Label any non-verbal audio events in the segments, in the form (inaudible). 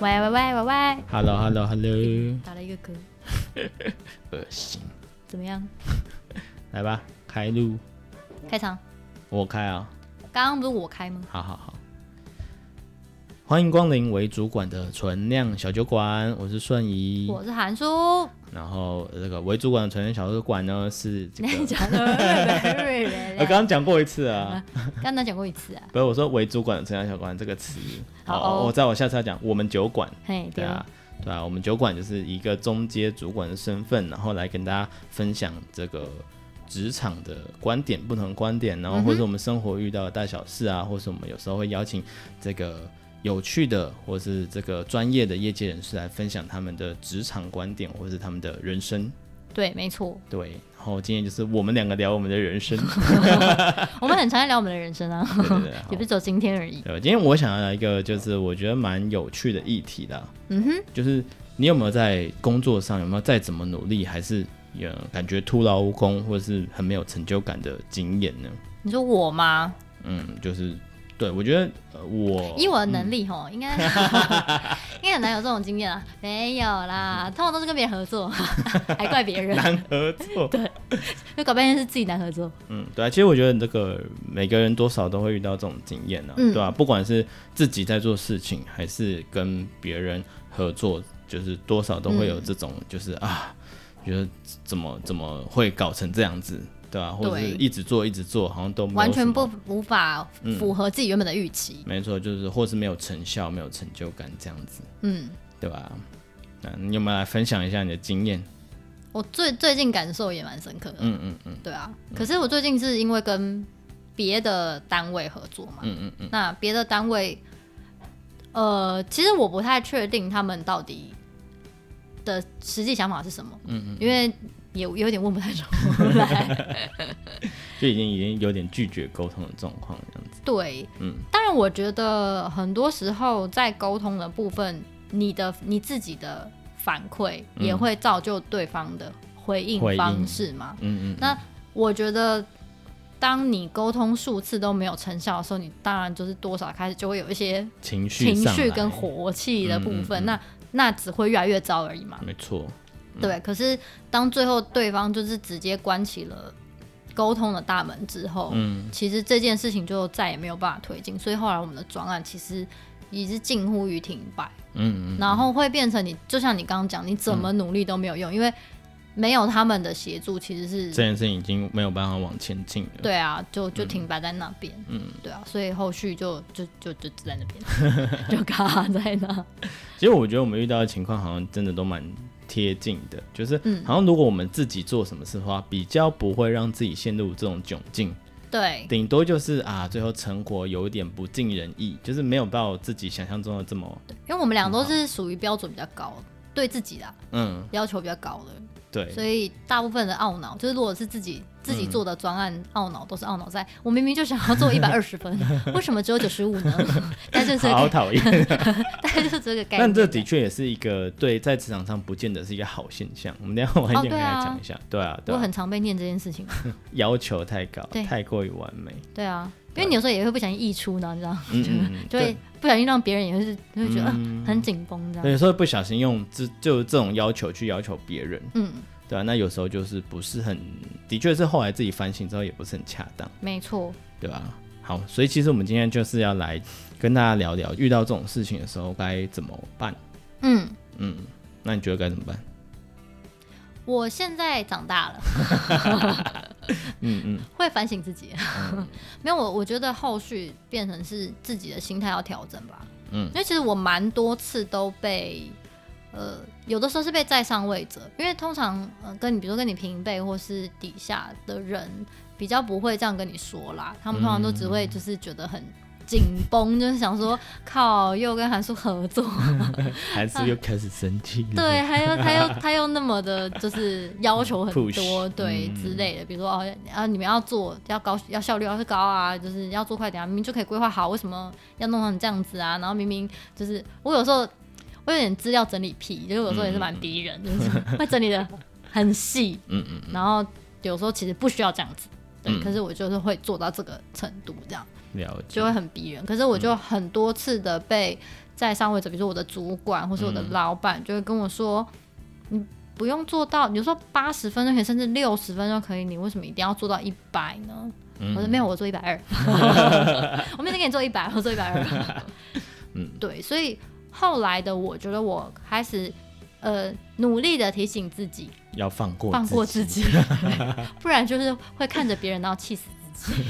喂喂喂喂喂， Hello Hello Hello，打了一个嗝，恶心，怎么样？来吧，开路，开场，我开啊，刚刚不是我开吗？好好好。欢迎光临为主管的存量小酒馆，我是顺仪。我是韩叔，然后呃这个为主管的存量小酒馆呢是这 (laughs) 那个，呃讲的瑞瑞我刚刚讲过一次啊，刚才讲过一次啊，不是我说为主管的存量小酒馆这个词。好哦哦我知道，我下次要讲我们酒馆。嘿，对对啊，对啊，我们酒馆就是一个中阶主管的身份，然后来跟大家分享这个职场的观点、不同的观点，然后或者我们生活遇到的大小事啊，或是我们有时候会邀请这个有趣的或是这个专业的业界人士来分享他们的职场观点或是他们的人生。对，没错，对，然后今天就是我们两个聊我们的人生，我们很常在聊我们的人生啊，对对对，好也不是只有今天而已。对吧？今天我想要来一个，就是我觉得蛮有趣的议题啦。嗯哼，就是你有没有在工作上有没有再怎么努力，还是有感觉徒劳无功，或者是很没有成就感的经验呢？你说我吗？嗯，就是对我觉得、呃我以我的能力吼，应该应该很难有这种经验啊，没有啦，通常都是跟别人合作，还怪别人，难合作。就搞半天是自己难合作。嗯，对啊，其实我觉得这个每个人多少都会遇到这种经验啊，嗯对啊，不管是自己在做事情，还是跟别人合作，就是多少都会有这嗯种，就是、啊，觉得怎么怎么会搞成这样子，对啊，或者是对一直做一直做，好像都没有完全什么不，无法符合自己原本的预期。没错，就是或是没有成效，没有成就感这样子，嗯，对吧？那你有没有来分享一下你的经验？我最最近感受也蛮深刻的。嗯嗯嗯，对啊，可是我最近是因为跟别的单位合作嘛，嗯嗯嗯，那别的单位，呃，其实我不太确定他们到底的实际想法是什么，嗯嗯，因为也有点问不太出 (laughs) 来。就已经已经有点拒绝沟通的状况这样子，对，嗯，当然我觉得很多时候在沟通的部分，你的你自己的反馈也会造就对方的嗯回应回应方式嘛，嗯嗯那我觉得，当你沟通数次都没有成效的时候，你当然就是多少开始就会有一些嗯，情绪情上绪来跟火气的部分，嗯嗯嗯嗯那那只会越来越糟而已嘛。没错，对，可是当最后对方就是直接关起了沟通的大门之后，嗯其实这件事情就再也没有办法推进，所以后来我们的专案其实也是近乎于停摆。嗯嗯，然后会变成你，就像你刚刚讲，你怎么努力都没有用，因为没有他们的协助，其实是这件事情已经没有办法往前进了。对啊，就就停摆在那边，嗯，对啊，所以后续就就就就就在那边， (laughs) 就卡在那，其实我觉得我们遇到的情况好像真的都蛮贴近的，就是嗯好像如果我们自己做什么事的话，比较不会让自己陷入这种窘境，对顶多就是啊，最后成果有一点不尽人意，就是没有到自己想象中的这么，因为我们俩都是属于标准比较高，对自己的嗯，要求比较高的，对，嗯所以大部分的懊恼，就是如果是自己自己做的专案懊恼，都是懊恼在我明明就想要做一百二十分， (laughs) 为什么只有九十五呢？ (laughs) 但就是这好个，讨厌。大概就是这个概念。啊 (laughs) 但这的确也是一个对在职场上不见得是一个好现象，我们等一下晚一点可以对啊来讲一下。对啊，对我啊很，常被念这件事情， (laughs) 要求太高对，太过于完 (laughs) 美。对啊，因为你有时候也会不小心溢出呢，你知道吗，嗯嗯嗯，就会不小心让别人也会是就会觉得、呃很紧绷这样。对，有时候不小心用这就这种要求去要求别人，嗯，对啊，那有时候就是不是很，的确是后来自己反省之后也不是很恰当，没错，对吧、好，所以其实我们今天就是要来跟大家聊聊，遇到这种事情的时候该怎么办。嗯，嗯，那你觉得该怎么办？我现在长大了， (laughs) 嗯嗯 (laughs) 会反省自己。 (laughs) 没有我，我觉得后续变成是自己的心态要调整吧。嗯因为其实我蛮多次都被，呃，有的时候是被在上位者，因为通常呃跟你，比如说跟你平辈或是底下的人，比较不会这样跟你说啦，他们通常都只嗯会就是觉得很。紧绷，就是想说，靠，又跟韩叔合作，还是又开始生气了。啊对，还有他 (laughs) 又他又那么的，就是要求很多， Push，嗯对、之类的，比如说哦啊，你们要做要高要效率要高啊，就是要做快点啊，明明就可以规划好，为什么要弄成这样子啊？然后明明就是我有时候我有点资料整理癖，就是有时候也是蛮逼人，就是会整理的很细， (laughs) 嗯嗯，然后有时候其实不需要这样子。对，嗯可是我就是会做到这个程度，这样了嗯解就。会很逼人。可是我就很多次的被在上位者，比如说我的主管或是我的老板，就会跟我说，你不用做到，你说八十分钟可以，甚至六十分钟可以，你为什么一定要做到一百呢？我说没有，我做一百 (laughs) 二，我每天给你做一百，我做一百二。 (laughs) 嗯，对，所以后来的我觉得我开始呃努力的提醒自己要放过放过自，己， (laughs) 不然就是会看着别人然后气死自己，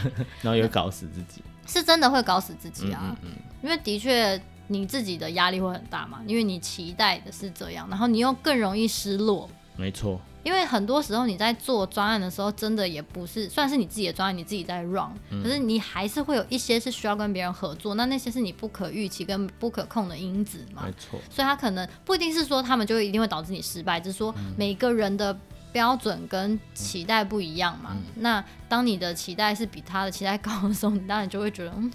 然后又搞死自己。是真的会搞死自己嗯啊。嗯嗯，因为的确你自己的压力会很大嘛，因为你期待的是这样，然后你又更容易失落。嗯没错，因为很多时候你在做专案的时候，真的也不是算是你自己的专案，你自己在 run，、可是你还是会有一些是需要跟别人合作，那那些是你不可预期跟不可控的因子嘛没。错，所以他可能不一定是说他们就一定会导致你失败，只是说每个人的标准跟期待不一样嘛。嗯那当你的期待是比他的期待高的时候，你当然就会觉得，嗯，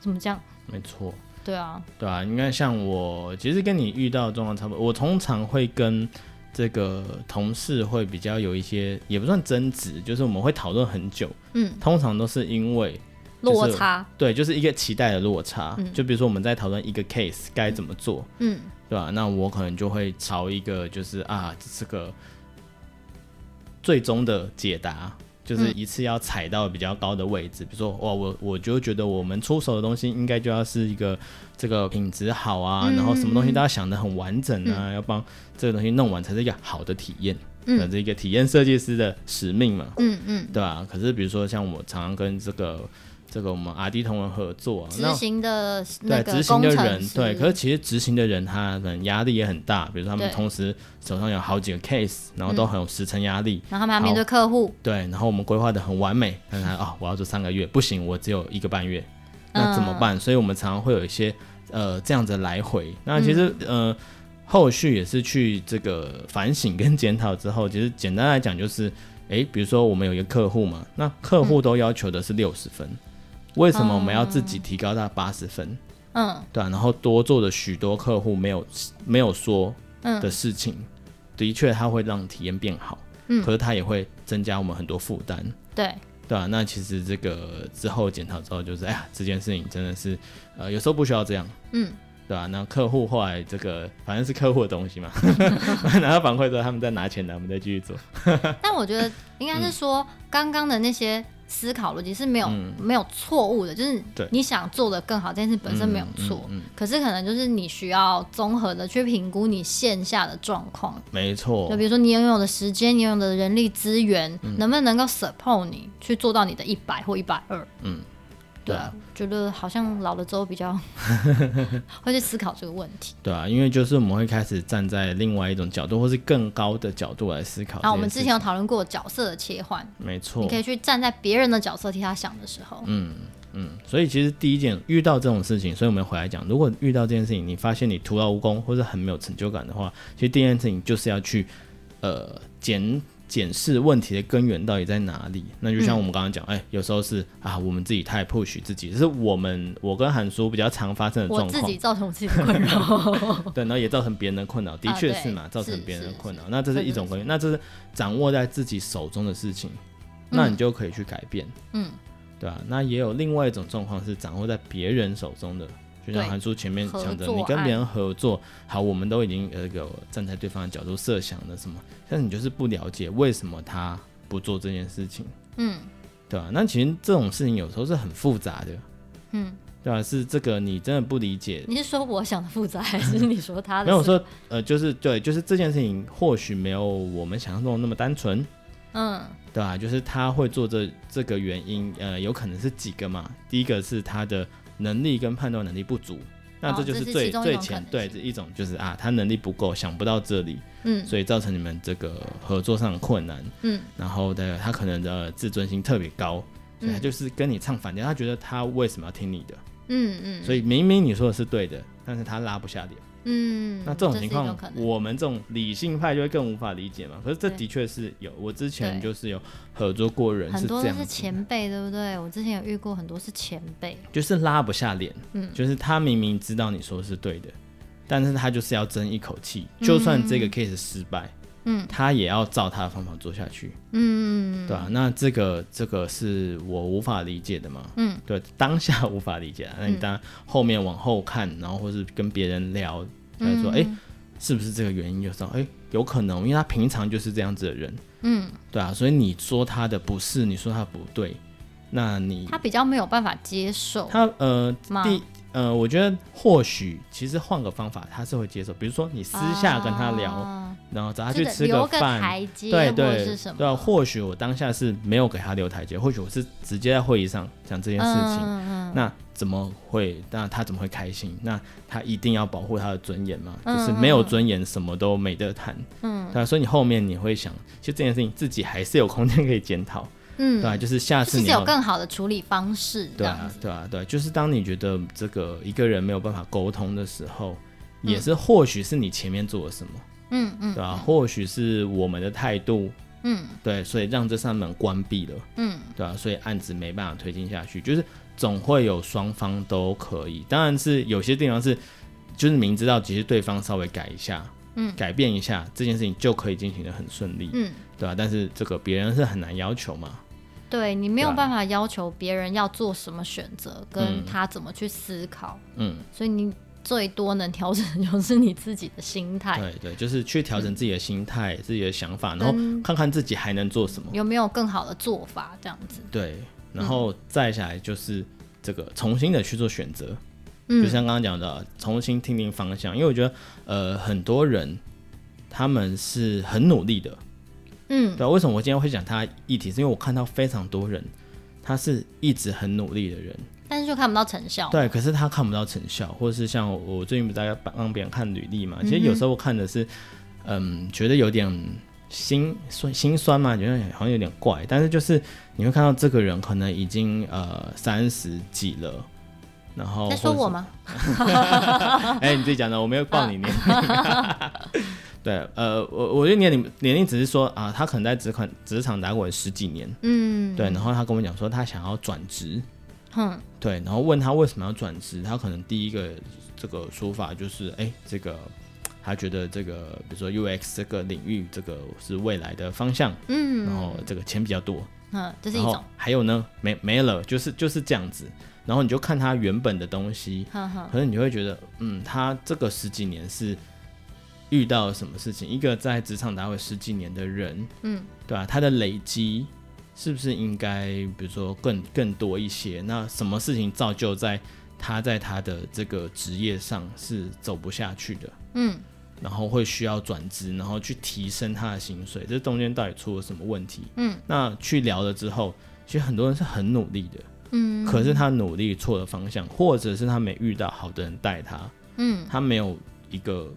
怎么这样？没错。对啊，对啊，应该像我，其实跟你遇到的状况差不多。我通常会跟这个同事会比较有一些，也不算争执，就是我们会讨论很久。嗯，通常都是因为就是落差，对，就是一个期待的落差。就比如说我们在讨论一个 case 该怎么做，嗯，对吧、啊那我可能就会朝一个就是啊，这个最终的解答，就是一次要踩到比较高的位置。比如说，哇，我我就觉得我们出手的东西应该就要是一个这个品质好啊，然后什么东西都要想得很完整啊，要帮这个东西弄完才是一个好的体验。嗯那这一个体验设计师的使命嘛，嗯嗯，对吧、啊可是比如说像我常常跟这个这个我们 R D 同仁合作、啊，执那行的那对，个执行的工程人，师对，可是其实执行的人他可能压力也很大，比如说他们对嗯同时手上有好几个 case，然后都很有时程压力，然后他们要面对客户，对，然后我们规划的很完美，但是他哦，我要做三个月，不行，我只有一个半月，嗯那怎么办？所以我们常常会有一些呃这样子的来回。那其实、嗯呃后续也是去这个反省跟检讨之后，其实简单来讲就是，诶，比如说我们有一个客户嘛，那客嗯户都要求的是六十分，为什么我们要自哦己提高到八十分？嗯对、啊，然后多做的许多客户没有没有说嗯的事情，的确它会让体验变好，嗯可是它也会增加我们很多负担， (laughs) 对，对啊，那其实这个之后检讨之后，就是哎呀，这件事情真的是，呃，有时候不需要这样，嗯，对啊，那客户后来这个反正是客户的东西嘛， (laughs) 拿到反馈之后，他们再拿钱来，我们再继续做，但我觉得应嗯该是说刚刚的那些思考逻辑是没有没有错误的，就是嗯对嗯你想做的更好，这件事本身没有错，可是可能就是你需要综合的去评估你线下的状况，没就错比，如说你拥有的时间、你拥有的人力资源，嗯能不能够 support 你去做到你的一百或一百二？嗯，对对啊啊，觉得好像老了之后比较 (laughs) 会去思考这个问题。对啊，因为就是我们会开始站在另外一种角度，或是更高的角度来思啊考这件事情。哦然后我们之前有讨论过角色的切换，没错，你可以去站在别人的角色替他想的时候，嗯所以其实第一件遇到这种事情，所以我们回来讲，如果遇到这件事情，你发现你徒劳无功或者很没有成就感的话，其实第一件事情就是要去呃检检视问题的根源到底在哪里。那就像我们刚刚讲，哎、有时候是啊，我们自己太 push 自己，这是我们我跟韩叔比较常发生的我状自况己。造成我自己的困 (laughs) 扰。对，然后也造成别人的困扰，的啊确对是嘛，造成是别人的是困扰。是那这是对一对种对根源，那这是掌握在自己手中的事情，那你就可以去改变。嗯，对啊，那也有另外一种状况是掌握在别人手中的，就对像韩叔前面讲的，合作你跟案别人合作，好，我们都已经呃有站在对方的角度设想了什么，但你就是不了解为什么他不做这件事情，嗯，对啊，那其实这种事情有时候是很复杂的，嗯，对啊，是这个你真的不理解，你是说我想的复杂，还是你说他的？没有我，说呃，就是对，就是这件事情或许没有我们想象中的那么单纯，嗯对啊，就是他会做这这个原因，呃，有可能是几个嘛。第一个是他的能力跟判断能力不足，那哦就这是是最、其中一最种可前能对性这一种就是啊，他能力不够，想不到这里，嗯所以造成你们这个合作上的困难。嗯，然后的他可能的自尊心特别高，所以他就是跟你唱反调，他觉得他为什么要听你的？嗯嗯，所以明明你说的是对的，但是他拉不下脸。嗯，那这种是情一况可，能我们这种理性派就会更无法理解嘛。可是这对的确是有，我之前对就是有合作过人很是多这都样是子的，前辈，对不对？我之前有遇过很多是前辈，就是拉不下脸，嗯就是他明明知道你说是对的，但是他就是要争一口气，就算这个 case 失败，嗯他也要照他的方法做下去，嗯，对吧、那这个这个是我无法理解的嘛，嗯，对，当下无法理解、啊，那你当然后面往后看，然后或是跟别人聊，他就嗯说，哎、是不是这个原因？就说，哎、有可能，因为他平常就是这样子的人，嗯，对啊，所以你说他的不是，你说他不对，那你他比较没有办法接受他呃吗？第呃，我觉得或许其实换个方法，他是会接受，比如说你私下跟他聊，啊然后找他就去是吃留个饭。台阶对或者对是什么对啊，或许我当下是没有给他留台阶，或许我是直接在会议上讲这件事情，嗯嗯嗯那怎么会？那他怎么会开心？那他一定要保护他的尊严嘛？嗯就是没有尊严，什么都没得谈。嗯，对啊，所以你后面你会想，其实这件事情自己还是有空间可以检讨。嗯，对啊，就是下就次是你有要更好的处理方式，这对样啊子，，对啊，对啊，就是当你觉得这个一个人没有办法沟通的时候，也是或许是你前面做了什么，嗯嗯对吧、或许是我们的态度，嗯对，所以让这扇门关闭了，嗯对啊，所以案子没办法推进下去，就是总会有双方都可以，当然是有些地方是。就是明知道，其实对方稍微改一下，嗯改变一下这件事情就可以进行的很顺利，嗯，对吧、啊但是这个别人是很难要求嘛，对你没有对啊办法要求别人要做什么选择，跟嗯他怎么去思考，嗯，所以你最多能调整的就是你自己的心态，嗯对对，就是去调整自己的心态、自己的想法，然后跟看看自己还能做什么。有没有更好的做法，这样子，对，然后再下来就是这个重新的去做选择，就嗯像刚刚讲的，重新听听方向。因为我觉得，呃，很多人他们是很努力的，嗯对啊、为什么我今天会讲他议题，是因为我看到非常多人，他是一直很努力的人，但是就看不到成效，对，可是他看不到成效，或者是像我我最近不是在帮别人看履历嘛，其实有时候我看的是，嗯，觉得有点心酸心酸嘛，觉得好像有点怪，但是就是你会看到这个人可能已经呃三十几了。然后在说哦或者我是？吗？哎、你自己讲的，我没有报你年龄。啊对，呃，我我觉得年龄年龄只是说啊、他可能在职场职场打滚十几年，嗯，对，然后他跟我讲说他想要转职，哼，对，然后问他为什么要转职，他可能第一个这个说法就是，哎，这个他觉得这个，比如说 UX 这个领域，这个是未来的方向，然嗯后这个钱比较多，嗯，这是一然后种，还有呢，没没了，就是就是这样子，然后你就看他原本的东西，哼哼，可能你就会觉得，嗯，他这个十几年是遇到了什么事情？一个在职场打滚十几年的人，嗯，对吧、他的累积是不是应该，比如说更更多一些？那什么事情造就在他在他的这个职业上是走不下去的？嗯然后会需要转职，然后去提升他的薪水，这中间到底出了什么问题？嗯，那去聊了之后，其实很多人是很努力的，嗯可是他努力错了方向，或者是他没遇到好的人带他，嗯他没有一个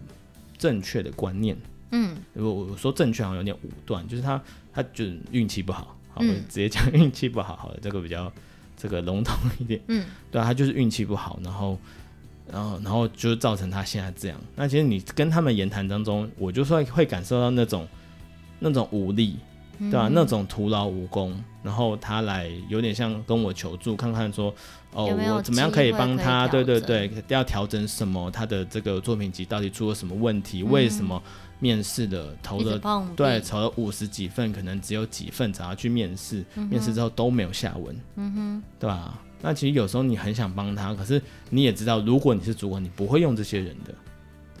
正确的观念。嗯我我说正确好像有点武断，就是他他就是运气不好，好，我嗯直接讲 (laughs) 运气不好，好了，这个比较这个笼统一点。嗯，对啊，他就是运气不好，然后然后然后就造成他现在这样。那其实你跟他们言谈当中，我就说会感受到那种那种无力，嗯对吧、那种徒劳无功，然后他来有点像跟我求助，看看说哦，有没有我怎么样机可以会帮可以他？对调对对，要调整什么？他的这个作品集到底出了什么问题？嗯为什么面试的投一直了碰壁对，投了五十几份，可能只有几份找他去面试，嗯面试之后都没有下文，嗯哼，对吧？那其实有时候你很想帮他，可是你也知道，如果你是主管，你不会用这些人的，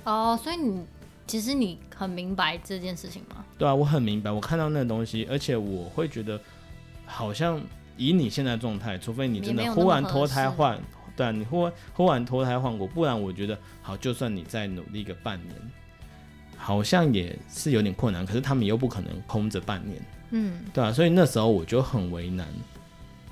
哦，所以你其实你很明白这件事情吗？对啊，我很明白，我看到那个东西，而且我会觉得，好像以你现在状态，除非你真也没的有忽然那么脱合胎适换，对啊，你忽然忽然脱胎换骨，不然我觉得好，就算你再努力个半年，好像也是有点困难，可是他们又不可能空着半年，嗯，对啊，所以那时候我就很为难，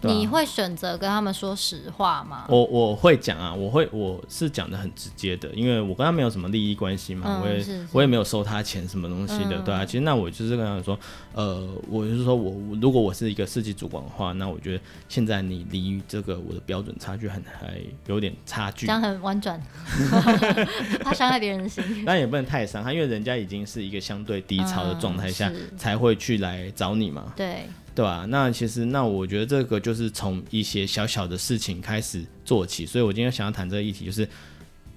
对啊你会选择跟他们说实话吗？我我会讲啊，我会我是讲的很直接的，因为我跟他没有什么利益关系嘛，嗯我也是是嗯我也没有收他钱什么东西的，对啊。其实那我就是跟他说，呃，我就是说我我如果我是一个设计主管的话，那我觉得现在你离这个我的标准差距很还有点差距这，样很婉 (laughs) 转，怕伤害别人的心。但也不能太伤害，因为人家已经是一个相对低潮的状态下、嗯是才会去来找你嘛，对，对吧、那其实，那我觉得这个就是从一些小小的事情开始做起，所以我今天想要谈这个议题，就是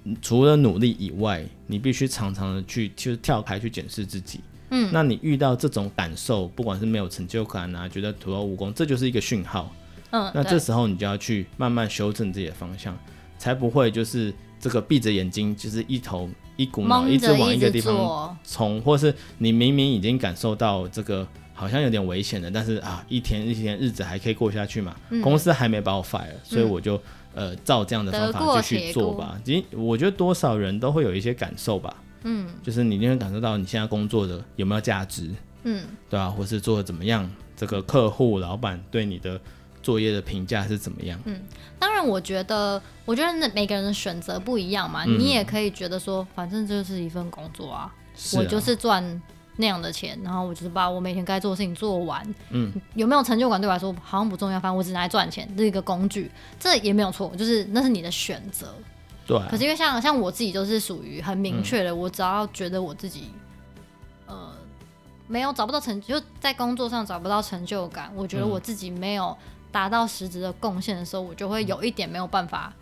嗯除了努力以外，你必须常常的去就是跳开去检视自己，嗯，那你遇到这种感受，不管是没有成就感啊，觉得徒劳无功，这就是一个讯号。嗯，那对这时候你就要去慢慢修正自己的方向，才不会就是这个闭着眼睛，就是一头一股脑蒙啊一直着往一个地方做，冲，或是你明明已经感受到这个好像有点危险了，但是啊，一天一天日子还可以过下去嘛，嗯公司还没把我 fire，所以我就、呃照这样的方得过法继且续做吧。其实我觉得多少人都会有一些感受吧，嗯就是你一定会感受到你现在工作的有没有价值，嗯对啊，或是做的怎么样，这个客户老板对你的作业的评价是怎么样。嗯当然，我觉得，我觉得那每个人的选择不一样嗯嘛，你也可以觉得说，反正就是一份工作啊，是我啊，就是赚那样的钱，然后我就是把我每天该做的事情做完。嗯，有没有成就感对我来说好像不重要，反正我只拿来赚钱，这是一个工具，这也没有错，就是那是你的选择。对啊可，是因为像像我自己就是属于很明确的，我只要觉得我自己，呃，没有找不到成就，就在工作上找不到成就感，我觉得我自己没有达到实质的贡献的时候，我就会有一点没有办法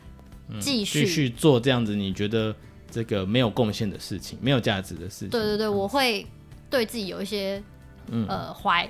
继续。继续做这样子，你觉得这个没有贡献的事情，没有价值的事情，对对对，我会对自己有一些、呃怀，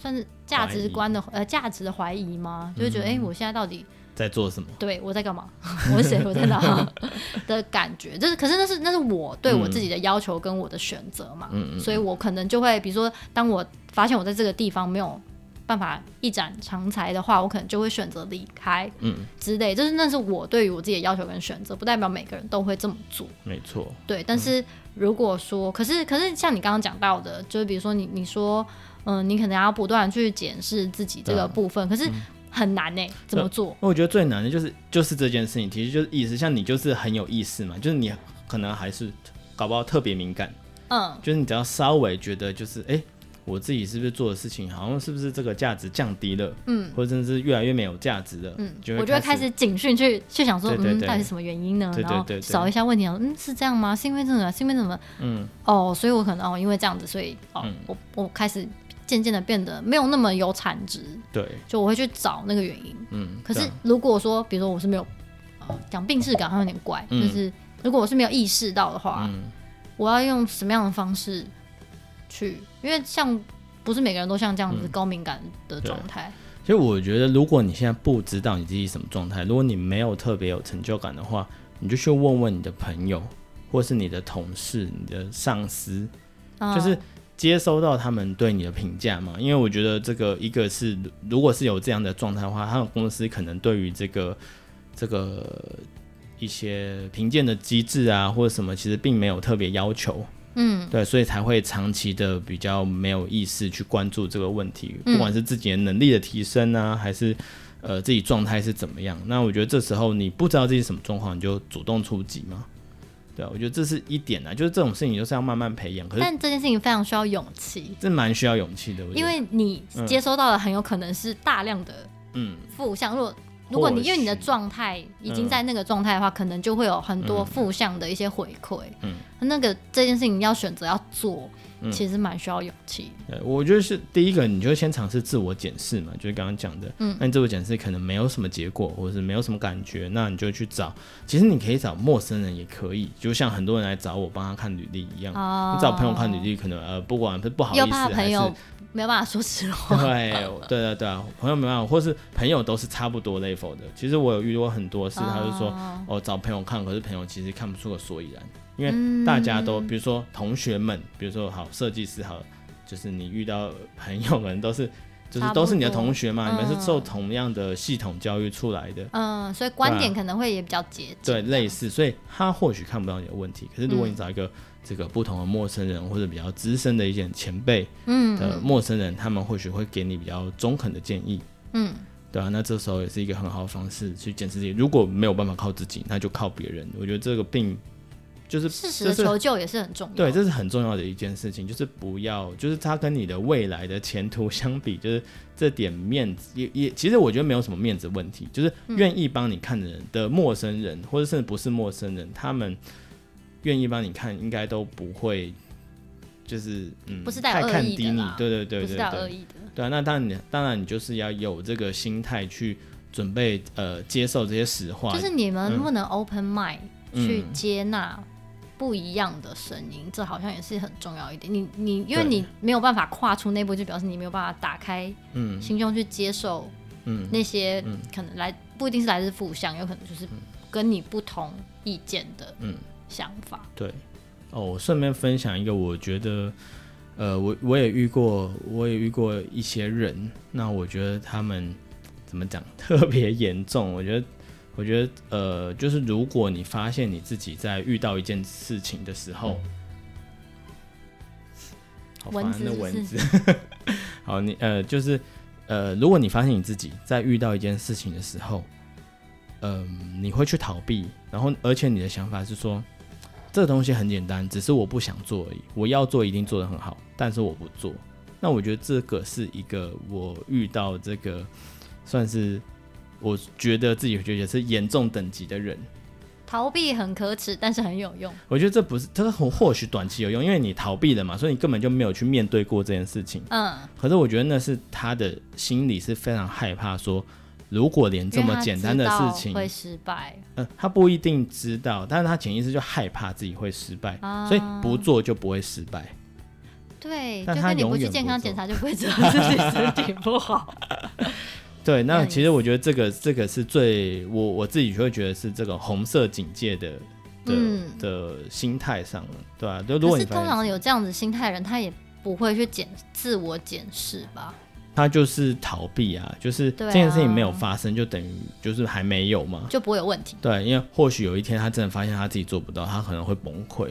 算是价值观的呃价值的怀疑吗？就会觉得哎、诶我现在到底在做什么？对我在干嘛？ (laughs) 我是谁？我在哪？ (laughs) 的感觉，就是可是那是那是我对我自嗯己的要求跟我的选择嘛，所以我可能就会比如说，当我发现我在这个地方没有办法一展长才的话，我可能就会选择离开，嗯之类，就是那是我对于我自己的要求跟选择，不代表每个人都会这么做，没错，对。但是如果说，可是可是像你刚刚讲到的，就是比如说你你说，嗯、你可能要不断地去检视自己这对个啊呃部分，可是很难呢、怎么做？我觉得最难的就是就是这件事情，其实就是意识，像你就是很有意识嘛，就是你可能还是搞不好特别敏感，嗯。就是你只要稍微觉得就是哎、诶我自己是不是做的事情好像是不是这个价值降低了，嗯，或者甚至是越来越没有价值了，嗯就我会就会开开始警讯去去想说，对对嗯，对到底是什么原因呢？对对然后对对扫一下问题，想说嗯，是这样吗？是因为这个？是因为怎么？嗯，哦，所以我可能哦，因为这样子，所以哦，嗯我我开始渐渐的变得没有那么有产值，对，就我会去找那个原因。嗯，可是对啊如果说，比如说我是没有呃讲病视感，好像有点怪，嗯就是如果我是没有意识到的话，嗯我要用什么样的方式去？因为像不是每个人都像这样嗯子高敏感的状态，其实我觉得，如果你现在不知道你自己什么状态，如果你没有特别有成就感的话，你就去问问你的朋友，或是你的同事、你的上司，啊就是接收到他们对你的评价嘛。因为我觉得这个一个是，如果是有这样的状态的话，他们公司可能对于这个这个一些评鉴的机制啊，或者什么，其实并没有特别要求。嗯，对，所以才会长期的比较没有意识去关注这个问题，不管是自己的能力的提升啊，还是呃自己状态是怎么样。那我觉得这时候你不知道自己什么状况，你就主动出击嘛。对啊，我觉得这是一点啊，就是这种事情就是要慢慢培养，可是但这件事情非常需要勇气。这蛮需要勇气的。我觉得因为你接收到的很有可能是大量的嗯，负向，如果如果你或许因为你的状态已经在那个状态的话，可能就会有很多负向的一些回馈。嗯，那个这件事情要选择要做，其实蛮需要勇气。对，我觉得是第一个，你就先尝试自我检视嘛，就是刚刚讲的，嗯，那你自我检视可能没有什么结果，或者是没有什么感觉，那你就去找，其实你可以找陌生人也可以，就像很多人来找我帮他看履历一样，哦你找朋友看履历，可能呃，不管是不好意又思怕还朋是友没有办法说实话， (laughs) 对，哎对对对啊，朋友没办法，或是朋友都是差不多 level 的。其实我有遇过很多事，他就说哦哦找朋友看，可是朋友其实看不出个所以然，因嗯为大家都、比如说同学们，比如说好设计师好了，就是你遇到朋友们都是就差是不都是你的多同学嘛，你们嗯是受同样的系统教育出来的，嗯，所以观点可能会也比较接近。啊对，类似，所以他或许看不到你的问题，可是嗯如果你找一个这个不同的陌生人或者比较资深的一些前辈，嗯，的陌生人，他们或许会给你比较中肯的建议，嗯，对啊，那这时候也是一个很好的方式去检视自己。如果没有办法靠自己，那就靠别人。我觉得这个并就是事实就的是求救也是很重要。对，这是很重要的一件事情，就是不要，就是它跟你的未来的前途 (laughs) 相比，就是这点面子也也，其实我觉得没有什么面子问题，就是嗯愿意帮你看的人的陌生人，或者甚至不是陌生人，他们愿意帮你看，应该都不会，就是嗯，不是带太有恶看意的低你啦，对对对不对是带有恶对，意的。对啊，那当然你当然你就是要有这个心态去准备呃接受这些实话，嗯就是你们不能 open mind、去接纳不一样的声音，这好像也是很重要一点。你你因为对你没有办法跨出那步，就表示你没有办法打开嗯心胸去接受嗯那些嗯可能来不一定是来自负向，有可能就是跟你不同意见的嗯想法。对，哦，我顺便分享一个，我觉得，呃，我我也遇过，我也遇过一些人，那我觉得他们怎么讲 (laughs) 特别严重，我觉得。我觉得，呃，就是如果你发现你自己在遇到一件事情的时候，好烦蚊啊子那是不蚊子， (laughs) 好，你呃，就是呃，如果你发现你自己在遇到一件事情的时候，嗯、你会去逃避，然后而且你的想法是说，这个东西很简单，只是我不想做而已。我要做一定做得很好，但是我不做。那我觉得这个是一个我遇到这个算是我觉得自己觉得是严重等级的人。逃避很可耻，但是很有用。我觉得这不是，这个或或许短期有哦用，因为你逃避了嘛，所以你根本就没有去面对过这件事情。嗯，可是我觉得那是他的心里是非常害怕说。如果连这因为么他简知单的道事情会失败，呃，他不一定知道，但是他潜意识就害怕自己会失败，所以不做就不会失败。对，就但他跟你永不去远健不康做检查就不会知道自己身体不好。对，那那你其实我觉得这个这个是最我我自己就会觉得是这个红色警戒的的、嗯的心态上了，对啊，就如可果你是发通现常有这样子心态的人，他也不会去检自我检视吧？他就是逃避啊，就是对啊这件事情没有发生，就等于就是还没有嘛。就不会有问题。对，因为或许有一天他真的发现他自己做不到，他可能会崩溃，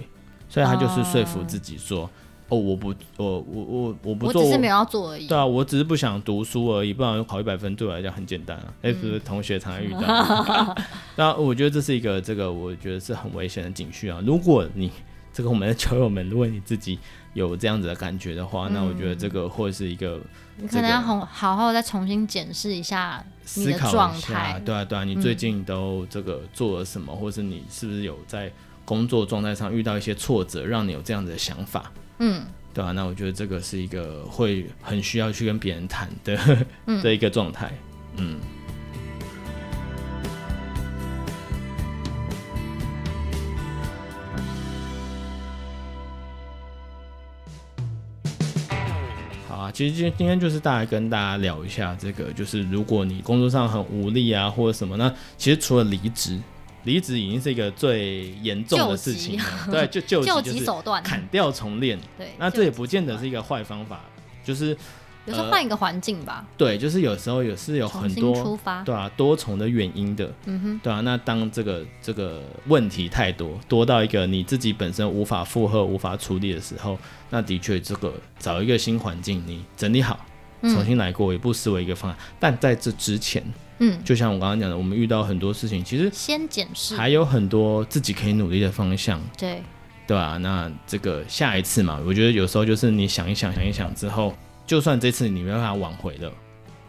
所以他就是说服自己说，哦，我不，我我我我不我做，只是没有要做而已对。啊，我只是不想读书而已，不然考一百分对我来讲很简单啊。嗯哎、不是同学常常遇 (laughs) 到，那我觉得这是一个这个我觉得是很危险的警讯啊。如果你这个我们的球友们，如果你自己有这样子的感觉的话，那我觉得这个或是一个嗯你可能要好好好再重新检视一下你思的考状一下态，。对啊对啊，你最近都这个做了什么，或是你是不是有在工作状态上遇到一些挫折，让你有这样子的想法？嗯，对啊，那我觉得这个是一个会很需要去跟别人谈的的一个状态。嗯。好啊，其实今今天就是大概跟大家聊一下这个，就是如果你工作上很无力啊，或者什么，那其实除了离职，离职已经是一个最严重的事情了。(laughs) 对，就就救就急是手段。砍掉重练，对，那就这也不见得是一个坏方法，就是有时候换一个环境吧，对，就是有时候也是有重很新出多发。对啊多重的原因的，嗯哼，对啊，那当这个这个问题太多，多到一个你自己本身无法负荷、无法处理的时候，那的确这个找一个新环境，你整理好，重嗯新来过，也不失为一个方案。但在这之前，嗯，就像我刚刚讲的，我们遇到很多事情，其实先检视。还有很多自己可以努力的方向。对，对啊，那这个下一次嘛，我觉得有时候就是你想一想，想一想之后，就算这次你没办法挽回了，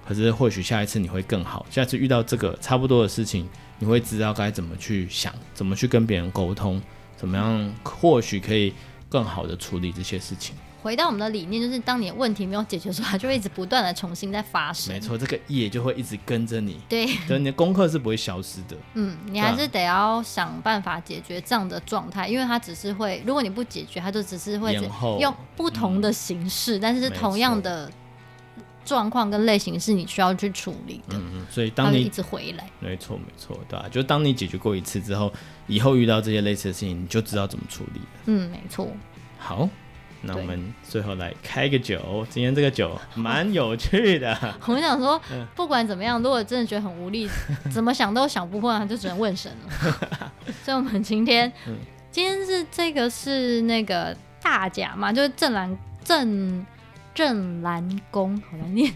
可是或许下一次你会更好。下次遇到这个差不多的事情，你会知道该怎么去想，怎么去跟别人沟通，怎么样或许可以更好的处理这些事情。回到我们的理念，就是当你的问题没有解决的时候，它就会一直不断的重新再发生。没错，这个业就会一直跟着你，对，对，你的功课是不会消失的。嗯，你对啊还是得要想办法解决这样的状态，因为它只是会，如果你不解决，它就只是会延后嗯用不同的形式，但是是没同样错的状况跟类型是你需要去处理的，嗯，所以它当会你一直回来。没错，没错，对啊，就当你解决过一次之后，以后遇到这些类似的事情，你就知道怎么处理了。嗯，没错。好，那我对们最后来开个酒。今天这个酒蛮有 (laughs) 趣的，我们想说，嗯不管怎么样，如果真的觉得很无力，怎么想都想不破，啊就只能问神了。 (laughs) 所以我们今天，嗯今天是这个是那个大甲嘛，就是正蓝正正蓝宫，好难 (laughs) 念，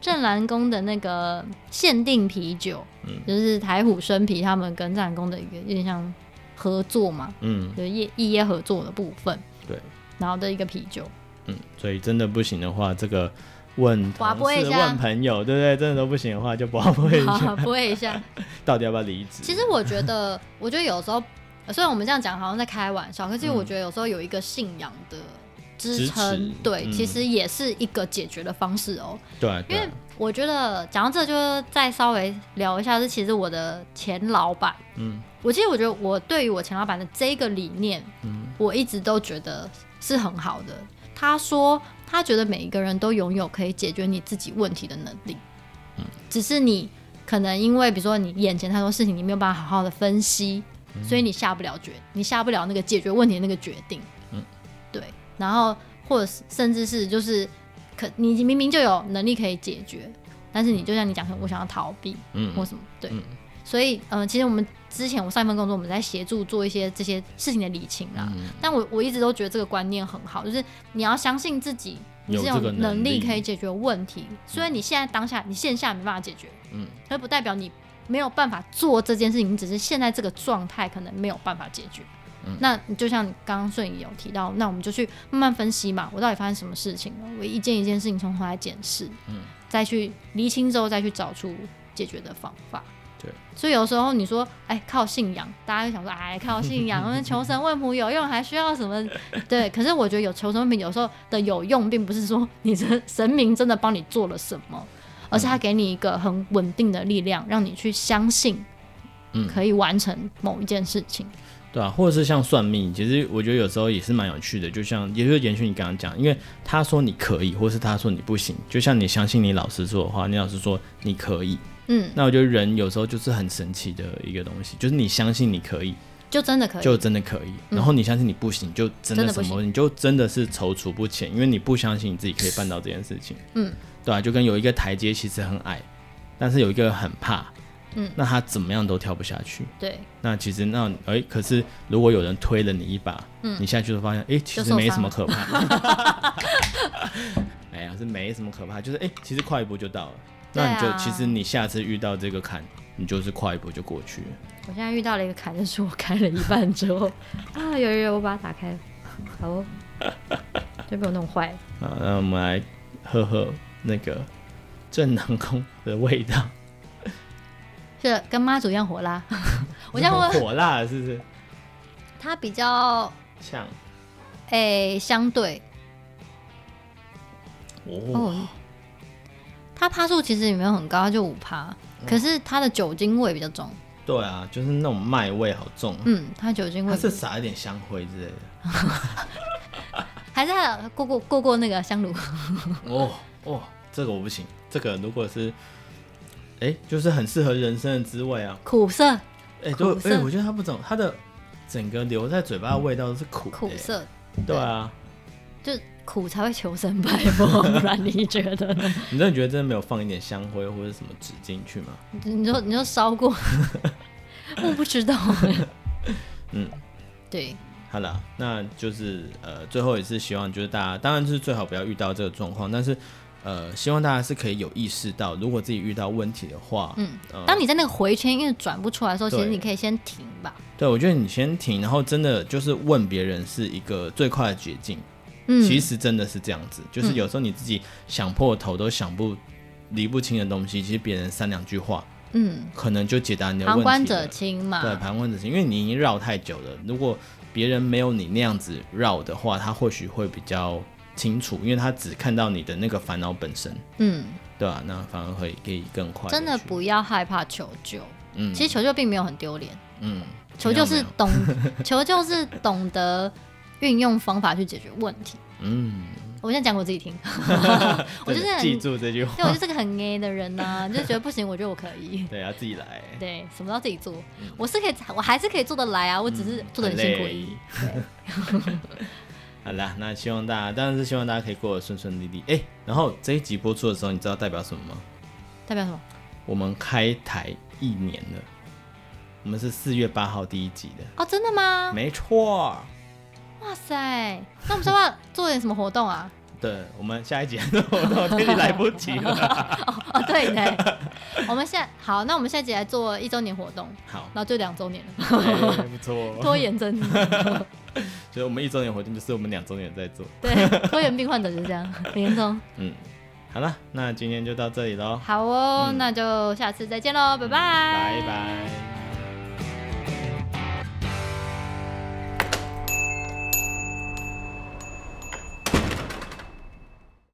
正蓝宫的那个限定啤酒，嗯就是台虎生啤他们跟正蓝宫的一个有点像合作嘛，嗯，就是业异业合作的部分，对，然后的一个啤酒。嗯，所以真的不行的话，这个问划同拨一事、下问朋友，对不对？真的都不行的话，就不要问一下，好，播一下。到底要不要离职？其实我觉得， (laughs) 我觉得有时候，呃虽然我们这样讲好像在开玩笑，可是我觉得有时候有一个信仰的支嗯支撑持，对，嗯其实也是一个解决的方式哦。对啊，对因为啊，我觉得讲到这，就再稍微聊一下，是其实我的前老板，嗯我其实我觉得我对于我前老板的这个理念，嗯我一直都觉得是很好的。他说，他觉得每一个人都拥有可以解决你自己问题的能力，嗯只是你可能因为比如说你眼前太多事情，你没有办法好好的分析，嗯所以你下不了决，你下不了那个解决问题的那个决定。嗯对。然后或者是甚至是就是可你明明就有能力可以解决，但是你就像你讲，我想要逃避，或嗯，什么，对。嗯所以，嗯、其实我们之前我上一份工作，我们在协助做一些这些事情的理清啦。嗯但我我一直都觉得这个观念很好，就是你要相信自己，你有是这个能能力力可以解决问题。虽然你现在当下你线下没办法解决，嗯，可不代表你没有办法做这件事情，你只是现在这个状态可能没有办法解决。嗯那你就像你刚刚顺颖有提到，那我们就去慢慢分析嘛，我到底发生什么事情了？我一件一件事情从头来检视，嗯，再去厘清之后，再去找出解决的方法。对，所以有时候你说，哎，靠信仰，大家就想说，哎，靠信仰，那求神问卜有用，还需要什么？对，可是我觉得有求神问卜有时候的有用，并不是说 (laughs) 你这神明真的帮你做了什么，而是他嗯给你一个很稳定的力量，让你去相信，嗯可以完成某一件事情。对啊，或者是像算命，其实我觉得有时候也是蛮有趣的，就像也就是延续你刚刚讲，因为他说你可以，或是他说你不行，就像你相信你老师说的话，你老师说你可以，嗯，那我觉得人有时候就是很神奇的一个东西，就是你相信你可以，就真的可以。就真的可以；然后你相信你不行，就真嗯真的的不什么，你就真的是踌躇不前，因为你不相信你自己可以办到这件事情。嗯，对啊，就跟有一个台阶其实很矮，但是有一个很怕，嗯，那他怎么样都跳不下去。对，那其实那哎、可是如果有人推了你一把，你下去就发现，哎、其嗯就实受没伤什么了可怕。 (laughs) 哎呀，是没什么可怕，就是哎、其实跨一步就到了。那你就、对啊其实你下次遇到这个坎，你就是跨一步就过去了。我现在遇到了一个坎，就是我开了一半之后， (laughs) 啊，有有有，我把它打开了，好哦，就被我弄坏了。好，那我们来喝喝那个正南宫的味道。是跟妈祖一样火辣， (laughs) 我这样问 (laughs) 很火辣是不是？它比较呛诶、相对哦，哦，它趴数其实也没有很高，它就五趴，嗯可是它的酒精味比较重，对啊，就是那种麦味好重，嗯，它酒精味它是撒一点香灰之类的。还是它有过过过过那个香炉， (laughs) 哦哦，这个我不行，这个如果是。哎、就是很适合人生的滋味啊！苦涩哎、对，苦哎、涩我觉得它不怎么，它的整个留在嘴巴的味道是苦的、苦涩，对啊，就苦才会求神拜 (laughs) 佛，不然你觉得呢？你真的觉得真的没有放一点香灰或者什么纸进去吗？你说你说烧 (laughs) 过，我不知道，欸嗯，对，好了，那就是呃，最后也是希望就是大家，当然就是最好不要遇到这个状况，但是呃，希望大家是可以有意识到，如果自己遇到问题的话，嗯呃当你在那个回圈因为转不出来的时候，其实对你可以先停吧，对我觉得你先停，然后真的就是问别人是一个最快的捷径。嗯，其实真的是这样子，就是有时候你自己想破头都想不理不清的东西，其实别人三两句话嗯，可能就解答你的问旁题观了者清嘛，对，盘问者是因为你已经绕太久了。如果别人没有你那样子绕的话，他或许会比较清楚，因为他只看到你的那个烦恼本身，嗯。对吧、那反而会可以更快。真的，不要害怕求救。嗯其实求救并没有很丢脸，嗯，求救是没有没有懂，求救是懂得运用方法去解决问题。嗯，我现在讲给我自己听，我就是真的很，记对，住这句我话。就，是个很 A 的人呐、就觉得不行，我觉得我可以对，要自己来，对，什么都要自己做，我是可以，我还是可以做得来啊，我只是做的很辛苦而嗯很累已。好啦，那希望大家，当然是希望大家可以过得顺顺利利。哎、然后这一集播出的时候，你知道代表什么吗？代表什么？我们开台一年了，我们是四月八号第一集的，哦，真的吗？没错。哇塞，那我们是不是要做点什么活动啊？对，我们下一集我这里来不及了。哦，对呢，我们现在好，那我们下集来做一周年活动，好然，后就两周年了。哎不错。拖延症，所以我们一周年活动就是我们两周年在做。 (laughs) 对，拖延病患者就是这样，很严重。嗯，好了，那今天就到这里喽，嗯好哦，那就下次再见喽，拜拜，拜拜。